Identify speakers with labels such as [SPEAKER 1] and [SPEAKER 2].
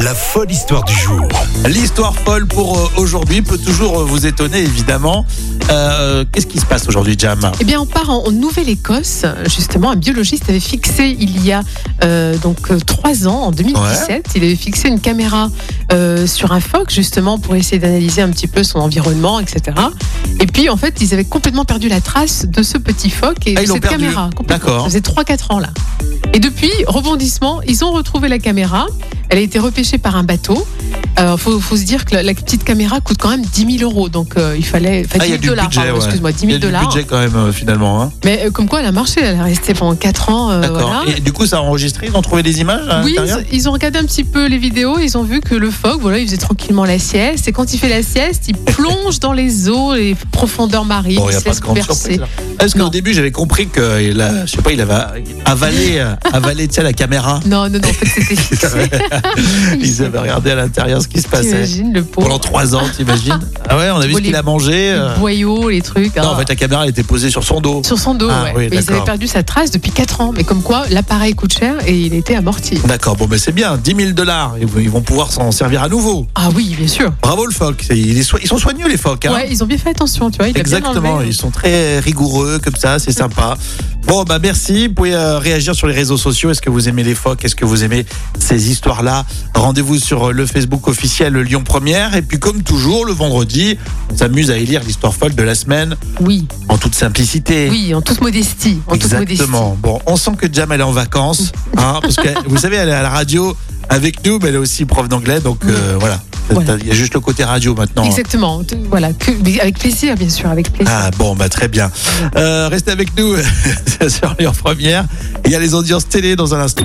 [SPEAKER 1] La folle histoire du jour.
[SPEAKER 2] L'histoire folle pour euh, aujourd'hui peut toujours euh, vous étonner, évidemment. Euh, Qu'est-ce qui se passe aujourd'hui, Jam
[SPEAKER 3] Eh bien, on part en, en Nouvelle-Écosse. Justement, un biologiste avait fixé il y a euh, donc euh, trois ans, en 2017, il avait fixé une caméra euh, sur un phoque justement pour essayer d'analyser un petit peu son environnement, etc. Et puis, en fait, ils avaient complètement perdu la trace de ce petit phoque et
[SPEAKER 2] Ah,
[SPEAKER 3] de
[SPEAKER 2] ils l'ont
[SPEAKER 3] cette
[SPEAKER 2] perdu.
[SPEAKER 3] caméra. complètement.
[SPEAKER 2] D'accord.
[SPEAKER 3] Ça faisait trois, quatre ans là. Et depuis, rebondissement, ils ont retrouvé la caméra. Elle a été repêchée par un bateau. Il faut, faut se dire que la, la petite caméra coûte quand même 10 000 euros. Donc, euh, il fallait. Enfin,
[SPEAKER 2] Ah, il y a
[SPEAKER 3] 10 000
[SPEAKER 2] du
[SPEAKER 3] dollars,
[SPEAKER 2] budget,
[SPEAKER 3] pardon,
[SPEAKER 2] ouais.
[SPEAKER 3] excuse-moi, 10
[SPEAKER 2] Il y
[SPEAKER 3] 000
[SPEAKER 2] a du
[SPEAKER 3] dollars.
[SPEAKER 2] budget quand même, euh, finalement. hein.
[SPEAKER 3] Mais euh, comme quoi, elle a marché, elle est restée pendant 4 ans. euh,
[SPEAKER 2] D'accord.
[SPEAKER 3] voilà.
[SPEAKER 2] Et du coup, ça a enregistré Ils ont trouvé des images à
[SPEAKER 3] Oui,
[SPEAKER 2] l'intérieur
[SPEAKER 3] ils, ils ont regardé un petit peu les vidéos, ils ont vu que le phoque, voilà, il faisait tranquillement la sieste. Et quand il fait la sieste, il plonge dans les eaux, les profondeurs marines,
[SPEAKER 2] Bon, il
[SPEAKER 3] il
[SPEAKER 2] n'y a
[SPEAKER 3] se
[SPEAKER 2] pas de
[SPEAKER 3] laisse
[SPEAKER 2] grande
[SPEAKER 3] bercer.
[SPEAKER 2] surprise. là. Parce qu'au
[SPEAKER 3] Non.
[SPEAKER 2] début, j'avais compris que, il a- je sais pas, il avait avalé, euh, avalé tu sais, la caméra.
[SPEAKER 3] Non, non, non, en fait, c'était fixé.
[SPEAKER 2] Ils avaient regardé à l'intérieur ce qui se passait.
[SPEAKER 3] T'imagines le
[SPEAKER 2] Pendant
[SPEAKER 3] pauvre.
[SPEAKER 2] trois ans, t'imagines Ah ouais, on a vu
[SPEAKER 3] Oh,
[SPEAKER 2] ce qu'il
[SPEAKER 3] les-
[SPEAKER 2] a mangé. euh.
[SPEAKER 3] Les boyaux, les trucs.
[SPEAKER 2] Non,
[SPEAKER 3] hein.
[SPEAKER 2] en fait, la caméra, elle était posée sur son dos.
[SPEAKER 3] Sur son dos,
[SPEAKER 2] Ah,
[SPEAKER 3] ouais.
[SPEAKER 2] oui,
[SPEAKER 3] Mais ils
[SPEAKER 2] d'accord.
[SPEAKER 3] avaient perdu sa trace depuis 4 ans. Mais comme quoi, l'appareil coûte cher et il était amorti.
[SPEAKER 2] D'accord, bon, mais c'est bien, 10 000 dollars. Ils vont pouvoir s'en servir à nouveau.
[SPEAKER 3] Ah oui, bien sûr.
[SPEAKER 2] Bravo le phoque, C'est- il est soi- ils sont soigneux les phoques. hein.
[SPEAKER 3] Ouais, ils ont bien fait attention, tu vois. il a bien
[SPEAKER 2] Exactement,
[SPEAKER 3] enlevé. hein.
[SPEAKER 2] ils sont très rigoureux comme ça, c'est sympa. Bon, bah merci, vous pouvez euh, réagir sur les réseaux sociaux. Est-ce que vous aimez les phoques Est-ce que vous aimez ces histoires-là Rendez-vous sur euh, le Facebook officiel Lyon Première. Et puis comme toujours, le vendredi, on s'amuse à élire l'histoire folle de la semaine
[SPEAKER 3] euh. Oui,
[SPEAKER 2] en toute simplicité.
[SPEAKER 3] oui, en toute modestie. En toute modestie.
[SPEAKER 2] Exactement. Bon, on sent que Jam elle est en vacances, hein, parce que vous savez elle est à la radio avec nous, mais elle est aussi prof d'anglais, donc euh, voilà.
[SPEAKER 3] Voilà.
[SPEAKER 2] Il y a juste le côté radio maintenant. hein.
[SPEAKER 3] Exactement. T- Voilà, que, mais avec plaisir, bien sûr, avec plaisir.
[SPEAKER 2] Ah bon, bah très bien. Euh, restez avec nous sur Lyon Première. Il y a les audiences télé dans un instant.